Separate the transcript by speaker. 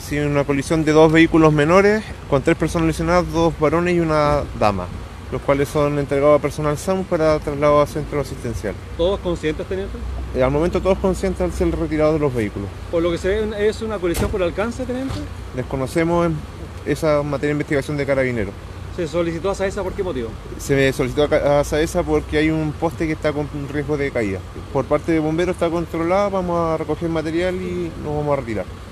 Speaker 1: sido una colisión de dos vehículos menores con tres personas lesionadas, dos varones y una dama, los cuales son entregados a personal SAMU para traslado a centro asistencial.
Speaker 2: ¿Todos conscientes, teniente?
Speaker 1: Eh, al momento todos conscientes al ser retirados de los vehículos.
Speaker 2: Por lo que se ve, ¿es una colisión por alcance, teniente?
Speaker 1: Desconocemos en- esa materia de investigación de carabineros.
Speaker 2: ¿Se solicitó a esa por qué motivo?
Speaker 1: Se me solicitó a Ca- a Saesa porque hay un poste que está con riesgo de caída. Por parte de bomberos está controlada, vamos a recoger material y nos vamos a retirar.